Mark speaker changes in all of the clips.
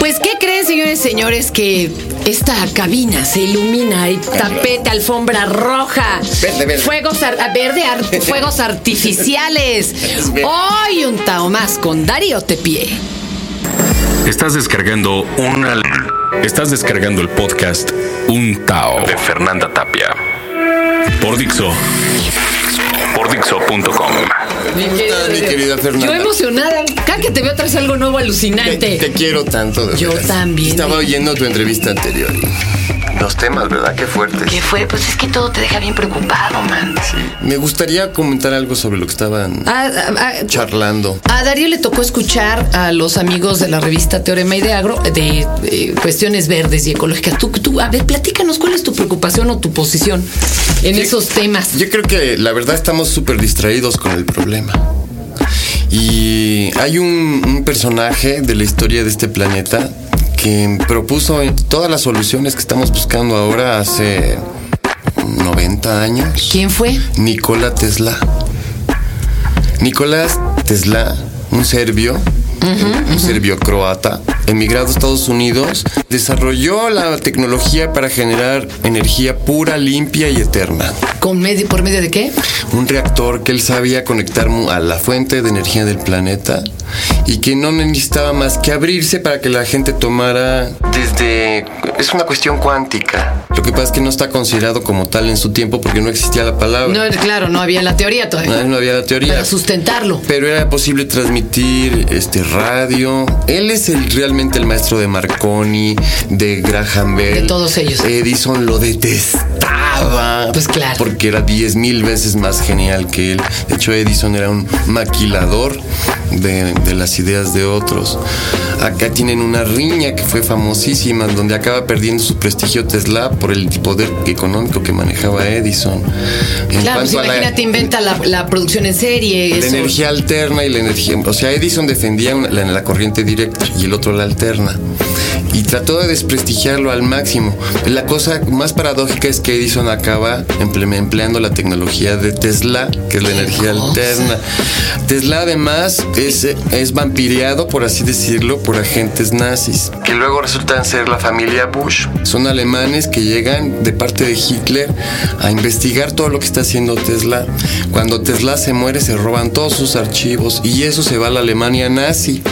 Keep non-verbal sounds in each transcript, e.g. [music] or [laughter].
Speaker 1: Pues, ¿qué creen, señores señores, que esta cabina se ilumina? Hay tapete, alfombra roja,
Speaker 2: Verde, verde.
Speaker 1: fuegos, ar- ah, verde,
Speaker 2: [laughs]
Speaker 1: ar- fuegos artificiales. Hoy un Tao más con Darío Tepié.
Speaker 3: Estás descargando una. Estás descargando el podcast Un Tao de Fernanda Tapia. Por Dixo. Por Dixo.com.
Speaker 2: tal, mi querida Fernanda?
Speaker 1: Yo emocionada. Cada que te veo traes algo nuevo
Speaker 2: Te,
Speaker 1: alucinante.
Speaker 2: te quiero tanto. de
Speaker 1: Yo
Speaker 2: veras.
Speaker 1: también.
Speaker 2: Estaba oyendo tu entrevista anterior. Los temas, ¿verdad? Qué fuertes.
Speaker 4: ¿Qué fue? Pues es que todo te deja bien preocupado, man.
Speaker 2: Me gustaría comentar algo sobre lo que estaban
Speaker 1: Ah, ah, ah,
Speaker 2: charlando.
Speaker 1: A Darío le tocó escuchar a los amigos de la revista Teorema y de Agro de, eh, cuestiones verdes y ecológicas. Tú, tú, a ver, platícanos cuál es tu preocupación o tu posición en esos temas.
Speaker 2: Yo creo que la verdad estamos súper distraídos con el problema. Y hay un, un personaje de la historia de este planeta que propuso en todas las soluciones que estamos buscando ahora hace 90 años.
Speaker 1: ¿Quién fue?
Speaker 2: Nikola Tesla. Nicolás Tesla, un serbio, un serbio croata, emigrado a Estados Unidos, desarrolló la tecnología para generar energía pura, limpia y eterna.
Speaker 1: ¿Con medio, ¿Por medio de qué?
Speaker 2: Un reactor que él sabía conectar mu- a la fuente de energía del planeta y que no necesitaba más que abrirse para que la gente tomara desde... Es una cuestión cuántica. Lo que pasa es que no está considerado como tal en su tiempo porque no existía la palabra.
Speaker 1: No, claro, no había la teoría
Speaker 2: No,
Speaker 1: todavía.
Speaker 2: no había la teoría.
Speaker 1: Para sustentarlo.
Speaker 2: Pero era posible transmitir este radio. Él es el, realmente el maestro de Marconi, de Graham Bell.
Speaker 1: De todos ellos.
Speaker 2: Edison lo detestaba.
Speaker 1: Pues claro.
Speaker 2: Porque era 10 mil veces más genial que él. De hecho, Edison era un maquilador de, de las ideas de otros. Acá tienen una riña que fue famosísima, donde acaba perdiendo su prestigio Tesla por el poder económico que manejaba Edison. En
Speaker 1: Claro, pues
Speaker 2: cuanto a la-
Speaker 1: imagínate, inventa la, la producción en serie.
Speaker 2: la
Speaker 1: eso.
Speaker 2: energía alterna y la energía. O sea, Edison defendía una- la, la corriente directa y el otro la alterna. Y trató de desprestigiarlo al máximo. La cosa más paradójica es que Edison acaba emple- empleando la tecnología de Tesla, que es la energía
Speaker 1: cosa.
Speaker 2: alterna. Tesla además es, es vampireado, por así decirlo, por agentes nazis. Que luego resultan ser la familia Bush. Son alemanes que llegan de parte de Hitler a investigar todo lo que está haciendo Tesla. Cuando Tesla se muere se roban todos sus archivos y eso se va a la Alemania nazi.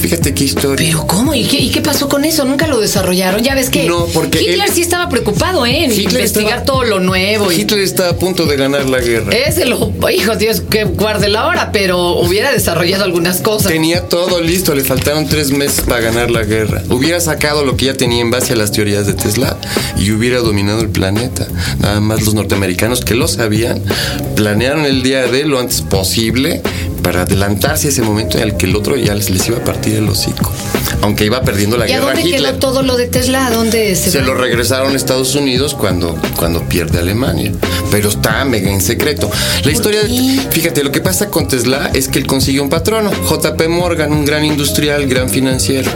Speaker 2: Fíjate qué historia.
Speaker 1: Pero ¿cómo? ¿Y qué, y qué pasó con eso? Nunca lo desarrollaron. Ya ves que
Speaker 2: No, porque
Speaker 1: Hitler
Speaker 2: él-
Speaker 1: sí estaba preocupado ¿eh? en
Speaker 2: Hitler
Speaker 1: investigar
Speaker 2: estaba-
Speaker 1: todo lo nuevo. y-
Speaker 2: Hitler está a punto de ganar la guerra.
Speaker 1: Es el hijo Dios que guarde la hora, pero hubiera desarrollado algunas cosas.
Speaker 2: Tenía todo listo, le faltaron tres meses para ganar la guerra. Hubiera sacado lo que ya tenía en base a las teorías de Tesla y hubiera dominado el planeta. Nada más los norteamericanos que lo sabían planearon el día de lo antes posible para adelantarse a ese momento en el que el otro ya les, les iba a partir el hocico. Aunque iba perdiendo la
Speaker 1: ¿Y a
Speaker 2: guerra
Speaker 1: dónde
Speaker 2: Hitler.
Speaker 1: quedó todo lo de Tesla? ¿A dónde se,
Speaker 2: Se
Speaker 1: va?
Speaker 2: lo regresaron a Estados Unidos cuando, cuando pierde Alemania. Pero está mega en secreto. La historia de. Fíjate, lo que pasa con Tesla es que él consigue un patrono, JP Morgan, un gran industrial, gran financiero.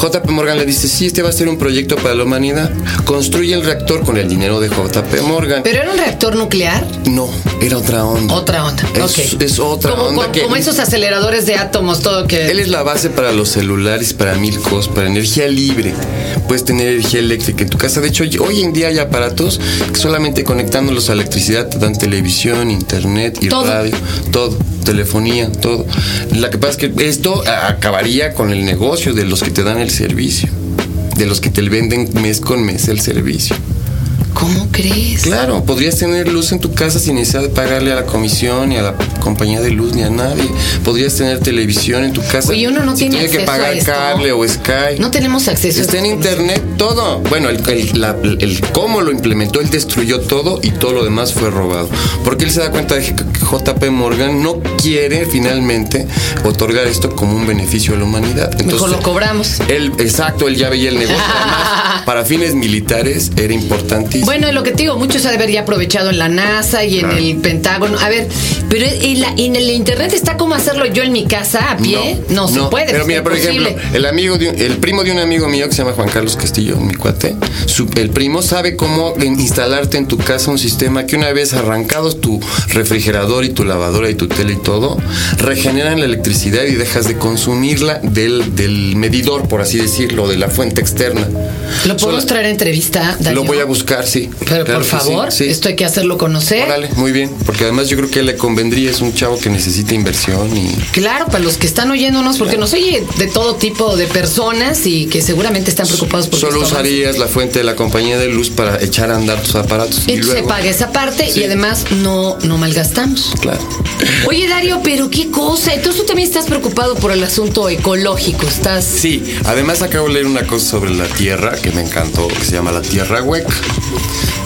Speaker 2: JP Morgan le dice: Sí, este va a ser un proyecto para la humanidad. Construye el reactor con el dinero de JP Morgan.
Speaker 1: ¿Pero era un reactor nuclear?
Speaker 2: no, era otra onda.
Speaker 1: Otra onda.
Speaker 2: Es,
Speaker 1: ok.
Speaker 2: es otra
Speaker 1: como,
Speaker 2: onda
Speaker 1: co-
Speaker 2: que.
Speaker 1: como esos aceleradores de átomos, todo que.
Speaker 2: Él es la base para los celulares, para mil cosas, para energía libre. Puedes tener energía eléctrica en tu casa. De hecho, hoy- hoy en día hay aparatos que solamente conectándolos a electricidad te dan televisión, internet y
Speaker 1: Todo.
Speaker 2: radio, todo, telefonía, todo. La que pasa es que esto a- acabaría con el negocio de los que te dan el servicio, de los que te venden mes con mes el servicio.
Speaker 1: ¿Cómo crees?
Speaker 2: Claro, podrías tener luz en tu casa sin necesidad de pagarle a la comisión, ni a la compañía de luz, ni a nadie. Podrías tener televisión en tu casa.
Speaker 1: Oye, uno no
Speaker 2: sin
Speaker 1: tiene
Speaker 2: tener que
Speaker 1: acceso a
Speaker 2: pagar
Speaker 1: esto,
Speaker 2: cable
Speaker 1: ¿no?
Speaker 2: o Sky.
Speaker 1: No tenemos acceso. a
Speaker 2: Está en
Speaker 1: esto.
Speaker 2: internet todo. Bueno, el, el- la- el cómo lo implementó, él destruyó todo y todo lo demás fue robado. Porque él se da cuenta de que JP Morgan no quiere finalmente otorgar esto como un beneficio a la humanidad.
Speaker 1: Mejor lo cobramos.
Speaker 2: Él, exacto, él ya veía el negocio.
Speaker 1: [laughs]
Speaker 2: Además, para fines militares era importantísimo.
Speaker 1: Bueno, lo que te digo, muchos se ha de haber ya aprovechado en la NASA y en el Pentágono. A ver, Pero en, la- en el internet está como hacerlo yo en mi casa a pie. No, se puede.
Speaker 2: Pero
Speaker 1: es
Speaker 2: mira, por
Speaker 1: imposible.
Speaker 2: ejemplo, el amigo de un- el primo de un amigo mío que se llama Juan Carlos Castillo, mi cuate, su- el primo sabe cómo en- instalarte en tu casa un sistema que una vez arrancados tu refrigerador y tu lavadora y tu tele y todo, regeneran la electricidad y dejas de consumirla del, del medidor, por así decirlo, de la fuente externa.
Speaker 1: ¿Lo podemos
Speaker 2: Sola-
Speaker 1: traer a entrevista, Daniel?
Speaker 2: Lo voy a buscar, sí.
Speaker 1: Pero
Speaker 2: Claro
Speaker 1: por
Speaker 2: que sí,
Speaker 1: favor,
Speaker 2: sí.
Speaker 1: esto hay que hacerlo conocer.
Speaker 2: Órale, muy bien, porque además yo creo que le convendría, es un chavo que necesita inversión y...
Speaker 1: Claro, para los que están oyéndonos, porque nos oye de todo tipo de personas y que seguramente están preocupados por
Speaker 2: Solo
Speaker 1: esto avance.
Speaker 2: usarías la fuente de la compañía de luz para echar a andar tus aparatos. Y
Speaker 1: Y se
Speaker 2: luego,
Speaker 1: paga esa parte
Speaker 2: Sí.
Speaker 1: y además no, no malgastamos.
Speaker 2: Claro.
Speaker 1: Oye, Dario, pero qué cosa. Entonces tú también estás preocupado por el asunto ecológico. Estás.
Speaker 2: Sí, además acabo de leer una cosa sobre la Tierra que me encantó, que se llama la Tierra Hueca.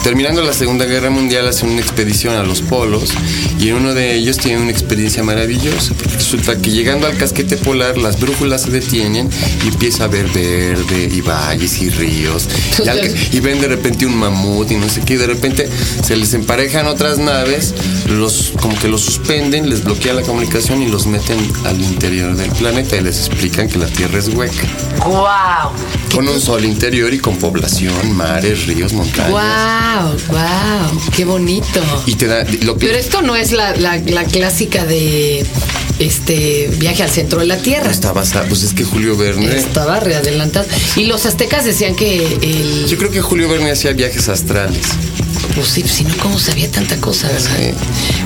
Speaker 2: Terminando la Segunda Guerra Mundial hacen una expedición a los polos y en uno de ellos tienen una experiencia maravillosa. porque Resulta que llegando al casquete polar las brújulas se detienen y empieza a ver verde y valles y ríos. Y, al-
Speaker 1: Ustedes-
Speaker 2: y ven de repente un mamut y no sé qué. Y de repente se les emparejan otras naves, los como que los suspenden, les bloquean la comunicación y los meten al interior del planeta y les explican que la Tierra es hueca.
Speaker 4: ¡Guau!
Speaker 2: Con un sol interior y con población, mares, ríos, montañas.
Speaker 1: Wow, wow, qué bonito.
Speaker 2: Y te da lo que
Speaker 1: Pero esto no es la, la- la clásica de este viaje al centro de la Tierra.
Speaker 2: está basado. Pues es que Julio Verne.
Speaker 1: Estaba readelantado. Y los aztecas decían que el.
Speaker 2: Yo creo que Julio Verne hacía viajes astrales.
Speaker 1: Pues sí, si no, ¿cómo sabía tanta cosa, verdad?
Speaker 2: Sí.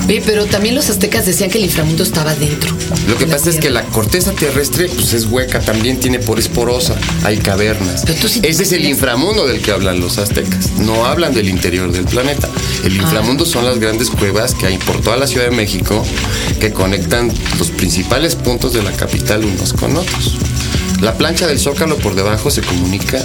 Speaker 1: Oye, pero también los aztecas decían que el inframundo estaba dentro.
Speaker 2: Lo que
Speaker 1: de la
Speaker 2: pasa es que
Speaker 1: tierra.
Speaker 2: la corteza terrestre pues es hueca, también tiene por es porosa, hay cavernas.
Speaker 1: Pero tú sí te
Speaker 2: Ese es el
Speaker 1: imaginas-
Speaker 2: inframundo del que hablan los aztecas. No hablan del interior del planeta.
Speaker 1: Ah.
Speaker 2: El inframundo son las grandes cuevas que hay por toda la Ciudad de México que conectan los principales puntos de la capital unos con otros. La plancha del Zócalo por debajo se comunica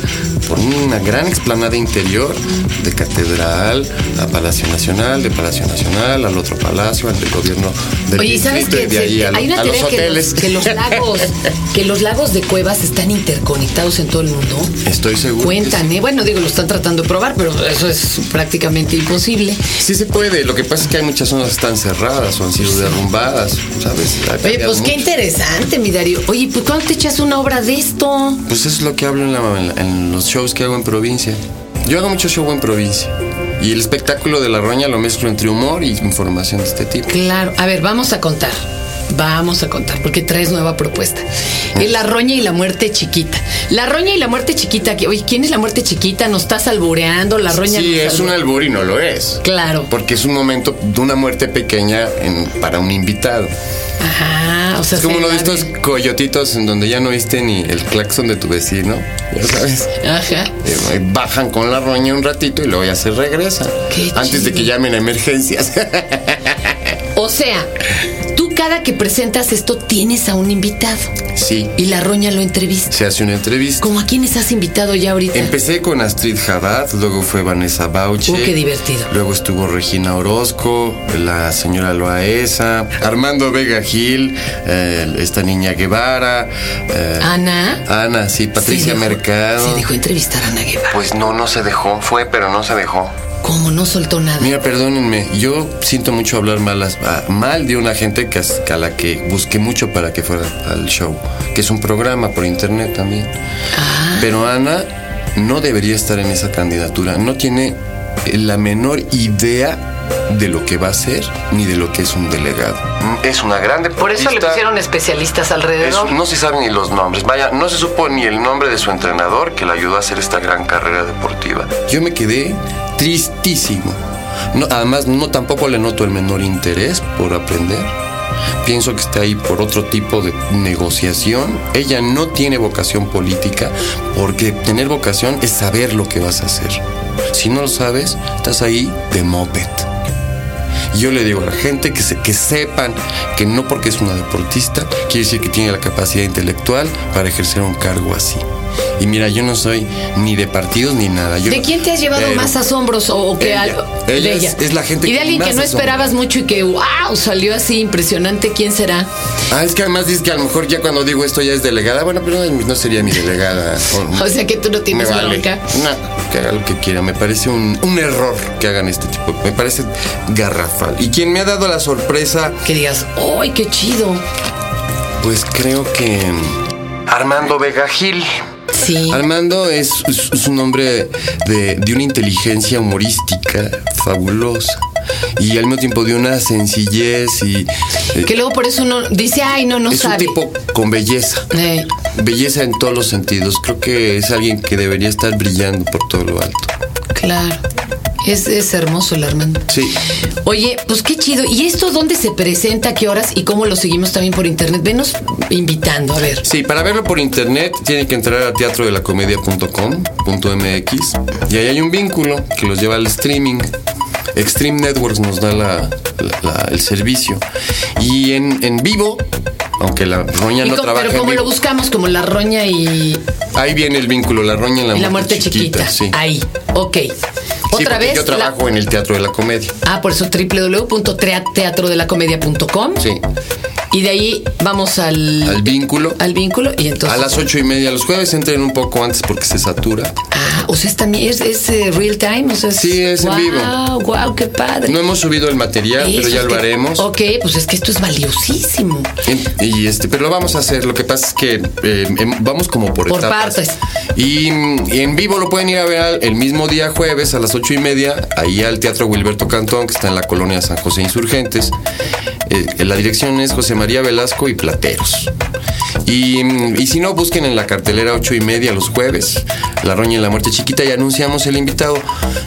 Speaker 2: por una gran explanada interior de Catedral a Palacio Nacional, de Palacio Nacional al otro palacio, al del gobierno del
Speaker 1: Oye, ¿y ¿sabes qué?
Speaker 2: distrito y de ahí
Speaker 1: Se-
Speaker 2: a, lo-
Speaker 1: hay una
Speaker 2: a los
Speaker 1: teoría que
Speaker 2: hoteles.
Speaker 1: los, que los lagos, que los lagos de cuevas están interconectados en todo el mundo.
Speaker 2: [laughs] Estoy seguro que
Speaker 1: Cuentan, ¿eh? Bueno, digo, lo están tratando de probar, pero eso es prácticamente imposible.
Speaker 2: Sí se puede, lo que pasa es que hay muchas zonas que están cerradas o han sido derrumbadas, ¿sabes? Ha
Speaker 1: Oye,
Speaker 2: cambiado
Speaker 1: pues qué
Speaker 2: mucho.
Speaker 1: interesante, mi Darío. Oye, pues ¿cuándo te echas una obra de esto?
Speaker 2: Pues eso es lo que hablo en, la- en la- en los shows que hago en provincia. Yo hago mucho show en provincia. Y el espectáculo de la roña lo mezclo entre humor y información de este tipo.
Speaker 1: Claro, a ver, vamos a contar. Vamos a contar, porque traes nueva propuesta.
Speaker 2: Ah.
Speaker 1: Eh, La roña y la muerte chiquita. La roña y la muerte chiquita. que- Oye, ¿quién es la muerte chiquita? Nos estás alboreando, la roña.
Speaker 2: Sí,
Speaker 1: nos
Speaker 2: es un
Speaker 1: alborea.
Speaker 2: albur y no lo es.
Speaker 1: Claro.
Speaker 2: Porque es un momento de una muerte pequeña en- para un invitado.
Speaker 1: Ajá, o sea,
Speaker 2: Es como
Speaker 1: se
Speaker 2: uno de
Speaker 1: la-
Speaker 2: estos coyotitos en donde ya no oíste ni el claxon de tu vecino, ya sabes.
Speaker 1: Ajá.
Speaker 2: Eh, Bajan con la roña un ratito y luego ya se regresan.
Speaker 1: Qué
Speaker 2: Antes de
Speaker 1: chido.
Speaker 2: que llamen a emergencias. [laughs]
Speaker 1: O sea, tú cada que presentas esto tienes a un invitado
Speaker 2: sí,
Speaker 1: y la roña lo entrevista.
Speaker 2: se hace una entrevista.
Speaker 1: ¿Cómo a quiénes has invitado ya ahorita?
Speaker 2: Empecé con Astrid Haddad, luego fue Vanessa Bauche.
Speaker 1: Uh, qué divertido.
Speaker 2: Luego estuvo Regina Orozco, la señora Loaesa, Armando Vega Gil, eh, esta niña Guevara. eh,
Speaker 1: Ana.
Speaker 2: Ana, sí, Patricia
Speaker 1: Se Ah. dejó-
Speaker 2: Mercado.
Speaker 1: Se dejó entrevistar a Ana Guevara.
Speaker 2: Pues no, no se dejó, fue, pero no se dejó.
Speaker 1: Como no soltó nada.
Speaker 2: Mira, perdónenme, yo siento mucho hablar malas- ah, mal de una gente que, as- a la que busqué mucho para que fuera al show, que es un programa por internet también. Pero Ana no debería estar en esa candidatura, no tiene eh, la menor idea de lo que va a ser ni de lo que es un delegado. Es una grande
Speaker 1: Por eso le pusieron especialistas
Speaker 2: eso,
Speaker 1: alrededor.
Speaker 2: no se saben ni los nombres. Vaya, no se supo ni el nombre de su entrenador que le ayudó a hacer esta gran carrera deportiva. Yo me quedé tristísimo. No, además, no tampoco le noto el menor interés por aprender. Pienso que está ahí por otro tipo de negociación. Ella no tiene vocación política porque tener vocación es saber lo que vas a hacer. Si no lo sabes, estás ahí de moped. Yo le digo a la gente que, se- que sepan que no porque es una deportista quiere decir que tiene la capacidad intelectual para ejercer un cargo así. Y mira, yo no soy ni de partidos ni nada. Yo-
Speaker 1: ¿De quién te has llevado
Speaker 2: Pero
Speaker 1: más asombros o, o que
Speaker 2: ella,
Speaker 1: algo?
Speaker 2: Ella
Speaker 1: de
Speaker 2: es-
Speaker 1: ella.
Speaker 2: es la gente
Speaker 1: y de
Speaker 2: que
Speaker 1: alguien
Speaker 2: más
Speaker 1: que no
Speaker 2: asombra.
Speaker 1: esperabas mucho y que, wow, salió así impresionante. ¿Quién será?
Speaker 2: Ah, es que además dice que a lo mejor ya cuando digo esto ya es delegada. Bueno, pero no, no sería mi delegada.
Speaker 1: O sea que tú no tienes
Speaker 2: me vale.
Speaker 1: bronca.
Speaker 2: No, que haga lo que quiera. Me parece un, un error que hagan este tipo. Me parece garrafal. Y quien me ha dado la sorpresa,
Speaker 1: Que digas, ¡ay, qué chido!
Speaker 2: pues creo que. mm, Armando Vega Gil.
Speaker 1: Sí.
Speaker 2: Ah, Armando es, es- es un hombre de, de una inteligencia humorística fabulosa. Y al mismo tiempo de una sencillez y. eh,
Speaker 1: Que luego por eso uno dice, ay, no, no
Speaker 2: es
Speaker 1: sabe.
Speaker 2: un tipo con belleza.
Speaker 1: Eh,
Speaker 2: Belleza en todos los sentidos. Creo que es alguien que debería estar brillando por todo lo alto.
Speaker 1: claro. Es, es hermoso el Armando.
Speaker 2: Sí.
Speaker 1: Oye, pues qué chido. ¿Y esto dónde se presenta, qué horas y cómo lo seguimos también por internet? Venos invitando, a ver.
Speaker 2: Sí, para verlo por internet tienen que entrar a teatrodelacomedia.com.mx y ahí hay un vínculo que los lleva al streaming. Extreme Networks nos da la- la- la- el servicio. Y en, en vivo, aunque la roña
Speaker 1: Y
Speaker 2: no
Speaker 1: cómo-
Speaker 2: trabaja
Speaker 1: pero
Speaker 2: en
Speaker 1: como lo
Speaker 2: vivo,
Speaker 1: buscamos, como la roña y,
Speaker 2: ahí viene el vínculo, la roña en la,
Speaker 1: y la muerte chiquita.
Speaker 2: sí.
Speaker 1: Ahí, ok.
Speaker 2: Sí,
Speaker 1: Otra
Speaker 2: porque
Speaker 1: vez.
Speaker 2: Yo
Speaker 1: la-
Speaker 2: trabajo en el Teatro de la Comedia.
Speaker 1: Ah, por eso www.teatrodelacomedia.com.
Speaker 2: Sí.
Speaker 1: Y de ahí vamos al,
Speaker 2: Al
Speaker 1: al,
Speaker 2: vínculo.
Speaker 1: vínculo y
Speaker 2: a
Speaker 1: entonces.
Speaker 2: las ocho y media los jueves entren un poco antes porque se satura.
Speaker 1: Ah, o sea, es también es, es, eh, real time, o sea,
Speaker 2: Sí, es en vivo.
Speaker 1: Wow, wow, qué padre.
Speaker 2: No hemos subido el material, pero
Speaker 1: Eso
Speaker 2: ya lo
Speaker 1: que-
Speaker 2: haremos.
Speaker 1: Ok, pues es que esto es valiosísimo.
Speaker 2: Y este, pero lo vamos a hacer. Lo que pasa es que eh, em- vamos como por,
Speaker 1: Por
Speaker 2: etapas.
Speaker 1: partes.
Speaker 2: Y, mm, y en vivo lo pueden ir a ver al- el mismo día jueves a las ocho y media, ahí al Teatro Wilberto Cantón, que está en la colonia San José Insurgentes. Eh, la dirección es José María Velasco y Plateros. Y, mm, y si no, busquen en la cartelera ocho y media los jueves, La Roña y la Muerte Chiquita, y anunciamos el invitado.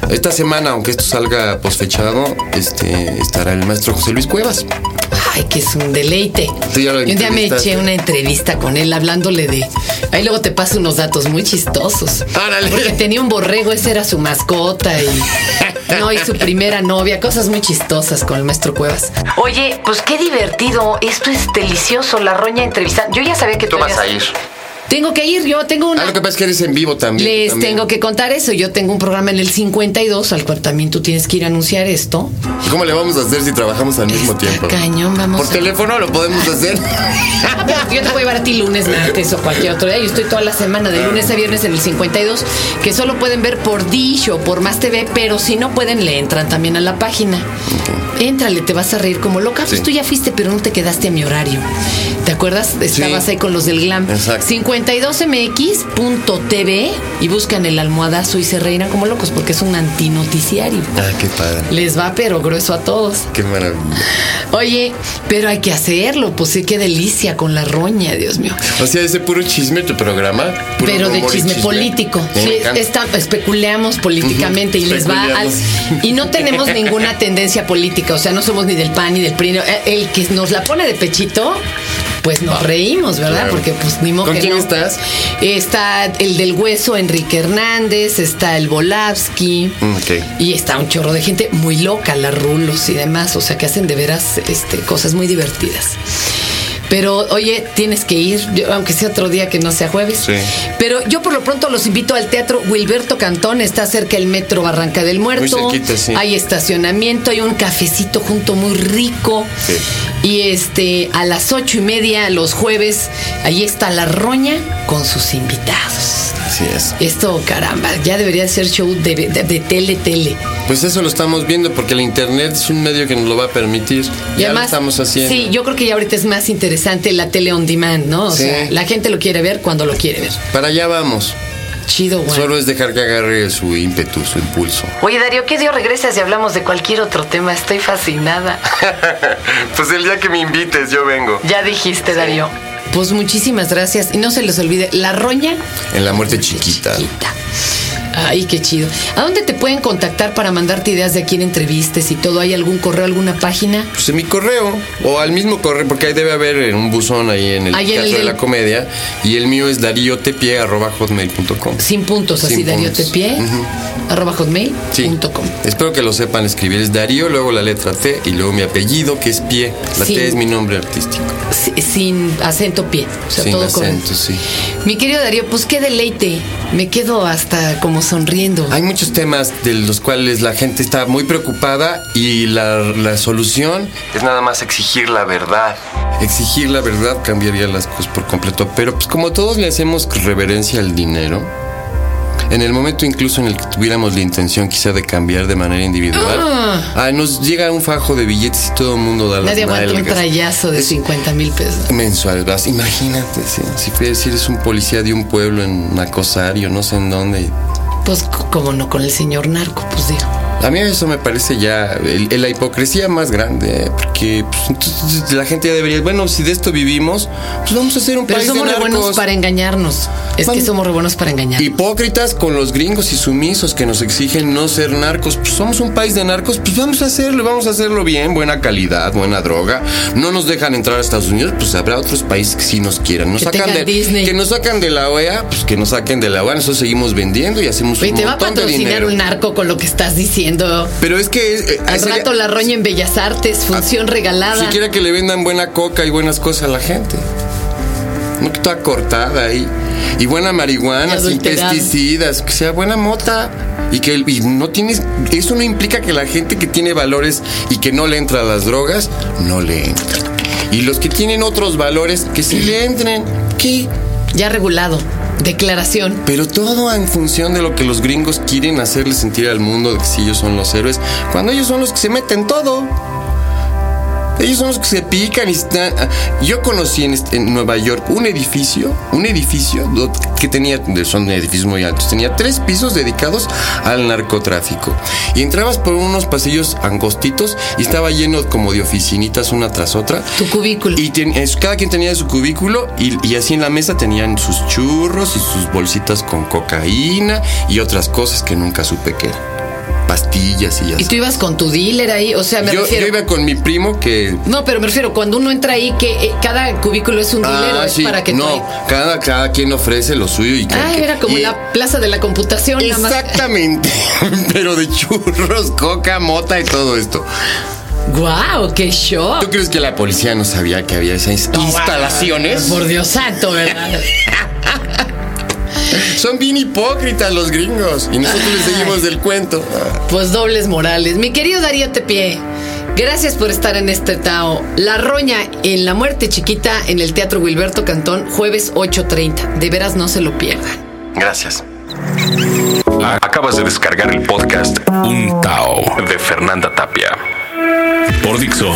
Speaker 2: Esta semana, aunque esto salga posfechado, este, estará el maestro José Luis Cuevas.
Speaker 1: Ay, que es un deleite.
Speaker 2: Tú ya lo
Speaker 1: Yo un día me
Speaker 2: entrevistaste.
Speaker 1: eché una entrevista con él hablándole de. Ahí luego te paso unos datos muy chistosos.
Speaker 2: Árale.
Speaker 1: Porque tenía un borrego, esa era su mascota
Speaker 2: [laughs]
Speaker 1: y. No, y su primera novia, cosas muy chistosas con el maestro Cuevas. Oye, pues qué divertido. Esto es delicioso, la roña entrevista. Yo ya sabía que tú, ibas
Speaker 2: ir.
Speaker 1: Tengo que ir, yo tengo una.
Speaker 2: Ah, lo que pasa es que eres en vivo también.
Speaker 1: Les
Speaker 2: también.
Speaker 1: tengo que contar eso. Yo tengo un programa en el 52 al cual también tú tienes que ir a anunciar esto.
Speaker 2: ¿Y ¿Cómo le vamos a hacer si trabajamos al mismo
Speaker 1: Está
Speaker 2: tiempo?
Speaker 1: cañón, vamos
Speaker 2: Por
Speaker 1: a- Ah,
Speaker 2: teléfono lo podemos hacer.
Speaker 1: Yo te voy a llevar a ti lunes, martes o cualquier otro día. Yo estoy toda la semana, de lunes a viernes en el 52, que solo pueden ver por Dish o por Más TV, pero si no pueden, le entran también a la página. Éntrale, te vas a reír como loca. Pues
Speaker 2: Sí.
Speaker 1: tú ya fuiste, pero no te quedaste a mi horario. ¿Te acuerdas? Estabas
Speaker 2: Sí.
Speaker 1: ahí con los del glam.
Speaker 2: Exacto.
Speaker 1: 52mx.tv y buscan el almohadazo y se reirán como locos porque es un antinoticiario.
Speaker 2: [laughs] ah, qué padre.
Speaker 1: Les va pero grueso a todos.
Speaker 2: Qué maravilla.
Speaker 1: Oye, pero hay que hacerlo, pues sí, qué delicia con la roña, Dios mío.
Speaker 2: O sea, ese puro chisme tu programa. Puro
Speaker 1: Pero de
Speaker 2: humor y
Speaker 1: chisme, político.
Speaker 2: Me
Speaker 1: Sí,
Speaker 2: encanta.
Speaker 1: está- especuleamos políticamente y les va al,
Speaker 2: Especuleamos.
Speaker 1: Y no tenemos
Speaker 2: [laughs]
Speaker 1: ninguna tendencia política, o sea, no somos ni del PAN ni del PRI. no, eh, El que nos la pone de pechito, pues nos reímos, ¿verdad?
Speaker 2: Claro.
Speaker 1: Porque pues ni modo
Speaker 2: ¿Con
Speaker 1: que
Speaker 2: quién
Speaker 1: no.
Speaker 2: estás?
Speaker 1: Está el del hueso, Enrique Hernández, está el Volavsky.
Speaker 2: Mm, ok.
Speaker 1: Y está un chorro de gente muy loca, las rulos y demás, o sea, que hacen de veras este, cosas muy divertidas. Pero oye, tienes que ir, yo- aunque sea otro día que no sea jueves.
Speaker 2: Sí.
Speaker 1: Pero yo por lo pronto los invito al Teatro Wilberto Cantón, está cerca el Metro Barranca del Muerto.
Speaker 2: cerquita, sí.
Speaker 1: Hay estacionamiento, hay un cafecito junto muy rico.
Speaker 2: Sí.
Speaker 1: Y este, a las ocho y media los jueves, ahí está la roña con sus invitados.
Speaker 2: Así es.
Speaker 1: Esto, caramba, ya debería ser show de, de- de tele, tele.
Speaker 2: Pues eso lo estamos viendo porque el internet es un medio que nos lo va a permitir.
Speaker 1: Y
Speaker 2: ya lo
Speaker 1: además,
Speaker 2: estamos haciendo.
Speaker 1: Sí, yo creo que ya ahorita es más interesante la tele on demand, ¿no? O
Speaker 2: Sí.
Speaker 1: sea, la gente lo quiere ver cuando lo quiere ver.
Speaker 2: Para allá vamos.
Speaker 1: Chido, güey.
Speaker 2: Solo es dejar que agarre su ímpetu, su impulso.
Speaker 1: Oye, Darío, ¿qué dio regresas y hablamos de cualquier otro tema? Estoy fascinada. [laughs]
Speaker 2: pues el día que me invites, yo vengo.
Speaker 1: Ya dijiste, Darío. Pues muchísimas gracias. Y no se les olvide, la roña
Speaker 2: En la muerte chiquita.
Speaker 1: chiquita. Ay, qué chido. ¿A dónde te pueden contactar para mandarte ideas de a quién entrevistes y todo? ¿Hay algún correo, alguna página?
Speaker 2: Pues en mi correo, o al mismo correo, porque ahí debe haber eh, un buzón ahí en el
Speaker 1: Ahí en
Speaker 2: Teatro
Speaker 1: el
Speaker 2: de
Speaker 1: del-
Speaker 2: la Comedia, y el mío es dariotepié.com.
Speaker 1: Sin puntos, así,
Speaker 2: Sin
Speaker 1: Darío
Speaker 2: puntos.
Speaker 1: Tepié,
Speaker 2: Ujú.
Speaker 1: arroba hotmail punto com.
Speaker 2: Espero que lo sepan escribir. Es Darío, luego la letra T y luego mi apellido, que es Pie. La
Speaker 1: Sí.
Speaker 2: T es mi nombre artístico.
Speaker 1: Si- Sin acento pie, o sea,
Speaker 2: Sin
Speaker 1: todo
Speaker 2: acento,
Speaker 1: correcto.
Speaker 2: sí.
Speaker 1: Mi querido Darío, pues qué deleite. Me quedo hasta como sonriendo.
Speaker 2: Hay muchos temas de los cuales la gente está muy preocupada y la, la solución es nada más exigir la verdad. Exigir la verdad cambiaría las cosas por completo, pero pues como todos le hacemos reverencia al dinero, en el momento incluso en el que tuviéramos la intención quizá de cambiar de manera individual,
Speaker 1: Ah.
Speaker 2: ah, nos llega un fajo de billetes y todo el mundo da las
Speaker 1: Nadie aguanta un
Speaker 2: nalgas.
Speaker 1: trayazo de 50 mil pesos.
Speaker 2: mensuales. vas, Imagínate, sí, si, fue- si eres un policía de un pueblo en Acosario, no sé en dónde.
Speaker 1: Pues c- como no con el señor narco, pues digo.
Speaker 2: A mí eso me parece ya el- el- la hipocresía más grande, ¿eh? porque pues, entonces la gente ya debería, bueno, si de esto vivimos, pues vamos a hacer un
Speaker 1: Pero
Speaker 2: país
Speaker 1: somos
Speaker 2: de
Speaker 1: re buenos
Speaker 2: narcos.
Speaker 1: para engañarnos. Es que
Speaker 2: Vamos.
Speaker 1: somos re buenos para engañarnos.
Speaker 2: Hipócritas con los gringos y sumisos que nos exigen no ser narcos. Pues somos un país de narcos, pues vamos a hacerlo, vamos a hacerlo bien, buena calidad, buena droga. No nos dejan entrar a Estados Unidos, pues habrá otros países que sí nos quieran. Nos
Speaker 1: Que
Speaker 2: sacan
Speaker 1: tengan
Speaker 2: de,
Speaker 1: Disney.
Speaker 2: Que nos sacan de la OEA, pues que nos saquen de la OEA. Nosotros seguimos vendiendo y hacemos
Speaker 1: Oye,
Speaker 2: un
Speaker 1: te va a
Speaker 2: montón de
Speaker 1: patrocinar
Speaker 2: dinero.
Speaker 1: un narco con lo que estás diciendo.
Speaker 2: Pero es que... Ah, eh,
Speaker 1: Al
Speaker 2: ese-
Speaker 1: rato la roña en Bellas Artes, función regalada.
Speaker 2: Siquiera que le vendan buena coca y buenas cosas a la gente. No que toda cortada ahí. Y buena marihuana,
Speaker 1: Y
Speaker 2: sin
Speaker 1: adulterada.
Speaker 2: pesticidas, que sea buena mota. Y que el- y no tienes. Eso no implica que la gente que tiene valores y que no le entra a las drogas, no le entra. Y los que tienen otros valores, que sí le entren. ¿Qué?
Speaker 1: Ya regulado. Declaración.
Speaker 2: Pero todo en función de lo que los gringos quieren hacerle sentir al mundo de que sí ellos son los héroes, cuando ellos son los que se meten todo. Ellos son los que se pican y están... ah, Yo conocí en, este- en Nueva York un edificio, un edificio do- que tenía, son edificios muy altos, tenía tres pisos dedicados al narcotráfico. Y entrabas por unos pasillos angostitos y estaba lleno como de oficinitas una tras otra.
Speaker 1: Tu cubículo.
Speaker 2: Y ten- es- cada quien tenía su cubículo y, y así en la mesa tenían sus churros y sus bolsitas con cocaína y otras cosas que nunca supe que eran. Pastillas y
Speaker 1: Y
Speaker 2: así.
Speaker 1: tú ibas con tu dealer ahí. O sea, me
Speaker 2: Yo,
Speaker 1: refiero.
Speaker 2: yo iba con mi primo que...
Speaker 1: No, pero me refiero, cuando uno entra ahí, que eh, cada cubículo es un dealer o
Speaker 2: Ah,
Speaker 1: es
Speaker 2: sí,
Speaker 1: para que tú
Speaker 2: no,
Speaker 1: ahí-
Speaker 2: cada, cada quien ofrece lo suyo y cada
Speaker 1: Ah,
Speaker 2: quien-
Speaker 1: era como
Speaker 2: y-
Speaker 1: la plaza de la computación. nada más.
Speaker 2: Exactamente, [laughs] pero de churros, coca, mota y todo esto.
Speaker 1: ¡Guau! ¡Qué show!
Speaker 2: ¿Tú crees que la policía no sabía que había esas instalaciones?
Speaker 1: Por Dios santo, ¿verdad?
Speaker 2: Son bien hipócritas los gringos y nosotros les seguimos del cuento.
Speaker 1: Pues dobles morales. Mi querido Darío Tepié, gracias por estar en este Tao. La Roña en La Muerte Chiquita en el Teatro Wilberto Cantón, jueves 8.30. De veras no se lo pierdan.
Speaker 2: Gracias.
Speaker 3: Acabas de descargar el podcast Un Tao de Fernanda Tapia por Dixo